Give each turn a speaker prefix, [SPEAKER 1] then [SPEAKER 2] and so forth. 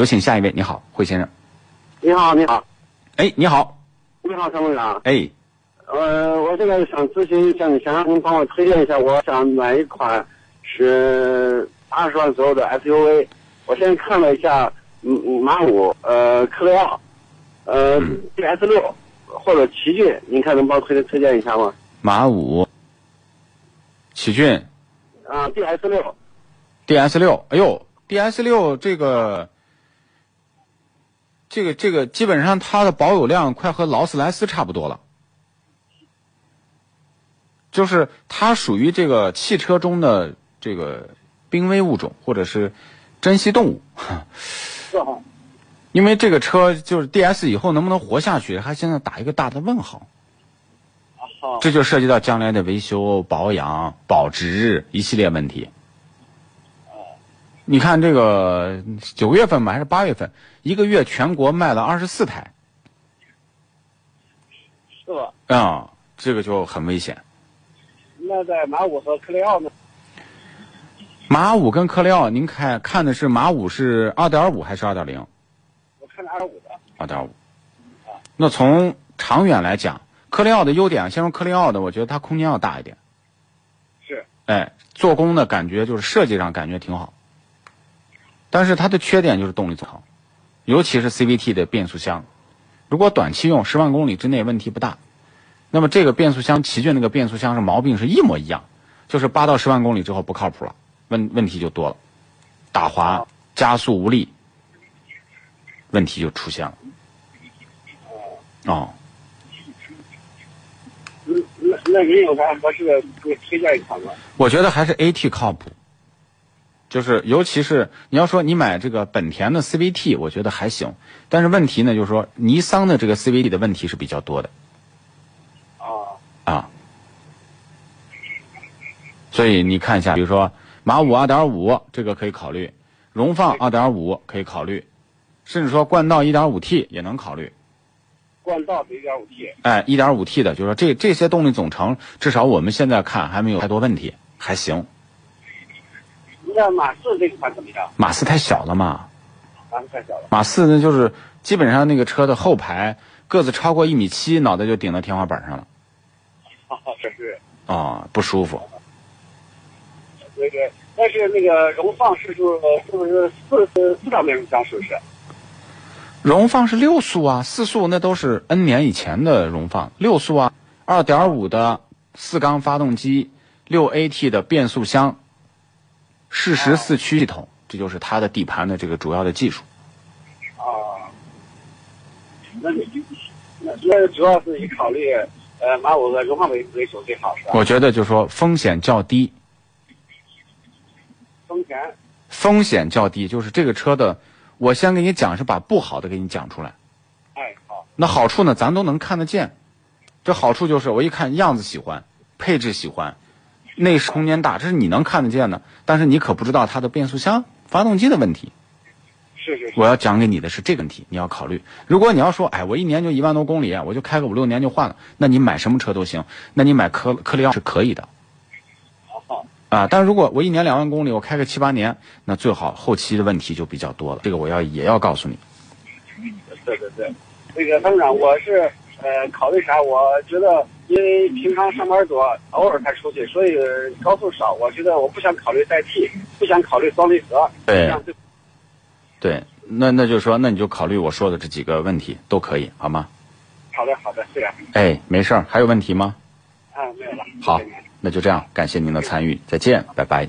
[SPEAKER 1] 有请下一位，你好，惠先生。
[SPEAKER 2] 你好，你好，
[SPEAKER 1] 哎，你好，
[SPEAKER 2] 你好，参谋长。
[SPEAKER 1] 哎，
[SPEAKER 2] 呃，我这个想咨询一下，想让您帮我推荐一下，我想买一款是二十万左右的 SUV。我现在看了一下，嗯嗯马五，呃，科雷傲，呃，GS 六或者奇骏，您看能帮我推推荐一下吗？
[SPEAKER 1] 马五，启骏
[SPEAKER 2] 啊，GS 六，
[SPEAKER 1] ，DS 六，哎呦，DS 六这个，这个这个，基本上它的保有量快和劳斯莱斯差不多了，就是它属于这个汽车中的这个濒危物种或者是珍稀动物，
[SPEAKER 2] 是哈。
[SPEAKER 1] 因为这个车就是 DS 以后能不能活下去，还现在打一个大的问号。
[SPEAKER 2] 啊好，
[SPEAKER 1] 这就涉及到将来的维修、保养、保值一系列问题。你看这个九月份吧，还是八月份，一个月全国卖了二十四台，
[SPEAKER 2] 是吧？
[SPEAKER 1] 啊、这个就很危险。
[SPEAKER 2] 那在马五和科雷傲呢？
[SPEAKER 1] 马五跟科雷傲，您看看的是马五是二点五还是二点零？
[SPEAKER 2] 我看了二五的。
[SPEAKER 1] 二点五。那从长远来讲，科雷傲的优点，先说科雷傲的，我觉得它空间要大一点。
[SPEAKER 2] 是。
[SPEAKER 1] 哎，做工呢，感觉就是设计上感觉挺好，但是它的缺点就是动力总成，尤其是 CVT 的变速箱，如果短期用十万公里之内问题不大，那么这个变速箱奇骏那个变速箱是毛病是一模一样，就是八到十万公里之后不靠谱了，问问题就多了，打滑、加速无力，问题就出现了。哦，
[SPEAKER 2] 嗯，那那您有啥合适的给我推荐一款吗？
[SPEAKER 1] 我觉得还是 AT 靠谱，就是尤其是你要说你买这个本田的 CVT，我觉得还行，但是问题呢，就是说尼桑的这个 CVT 的问题是比较多的
[SPEAKER 2] 啊，
[SPEAKER 1] 啊，所以你看一下，比如说马五2.5这个可以考虑，荣放2.5可以考虑，甚至说冠道1 5 T 也能考虑。
[SPEAKER 2] 冠道的一点五 T。
[SPEAKER 1] 哎，1 5 T 的，就是说这这些动力总成，至少我们现在看还没有太多问题，还行。
[SPEAKER 2] 那马四这款怎么样？
[SPEAKER 1] 马斯太小了嘛。
[SPEAKER 2] 马四太小了。
[SPEAKER 1] 马四呢，就是基本上那个车的后排个子超过一米七，脑袋就顶到天花板上了
[SPEAKER 2] 啊，这是
[SPEAKER 1] 啊、不舒服。
[SPEAKER 2] 那个，但是那个荣放是不是是不是四四四档变速箱？是不是？
[SPEAKER 1] 荣放是六速啊，四速那都是 N 年以前的荣放，六速啊，二点五的四缸发动机，六 AT 的变速箱，适时四驱系统，这就是它的底盘的这个主要的技术。
[SPEAKER 2] 啊，那你那那主要是你考虑呃马五和荣放为为首最好是吧？
[SPEAKER 1] 我觉得就说风险较低，
[SPEAKER 2] 丰田
[SPEAKER 1] 风险较低，就是这个车的，我先给你讲是把不好的给你讲出来。
[SPEAKER 2] 哎好
[SPEAKER 1] 那好处呢，咱都能看得见。这好处就是我一看样子喜欢，配置喜欢，内饰空间大，这是你能看得见的。但是你可不知道它的变速箱、发动机的问题。
[SPEAKER 2] 是是是
[SPEAKER 1] 我要讲给你的是这个问题，你要考虑。如果你要说，哎，我一年就一万多公里，我就开个五六年就换了，那你买什么车都行，那你买科科雷傲是可以的
[SPEAKER 2] 啊
[SPEAKER 1] 啊。但如果我一年两万公里，我开个七八年，那最好后期的问题就比较多了。这个我要也要告诉你。
[SPEAKER 2] 对对对，那个参谋长我是呃考虑啥？我觉得因为平常上班多，偶尔才出去，所以高速少。我觉得我不想考虑代替，不想考虑双离合，
[SPEAKER 1] 对
[SPEAKER 2] 这样对
[SPEAKER 1] 对，那那就是说，那你就考虑我说的这几个问题都可以，好吗？
[SPEAKER 2] 好的，好的，这样，
[SPEAKER 1] 哎，没事儿，还有问题吗？
[SPEAKER 2] 啊，没有了。
[SPEAKER 1] 好
[SPEAKER 2] 谢谢您，
[SPEAKER 1] 那就这样，感谢您的参与，再见，拜拜。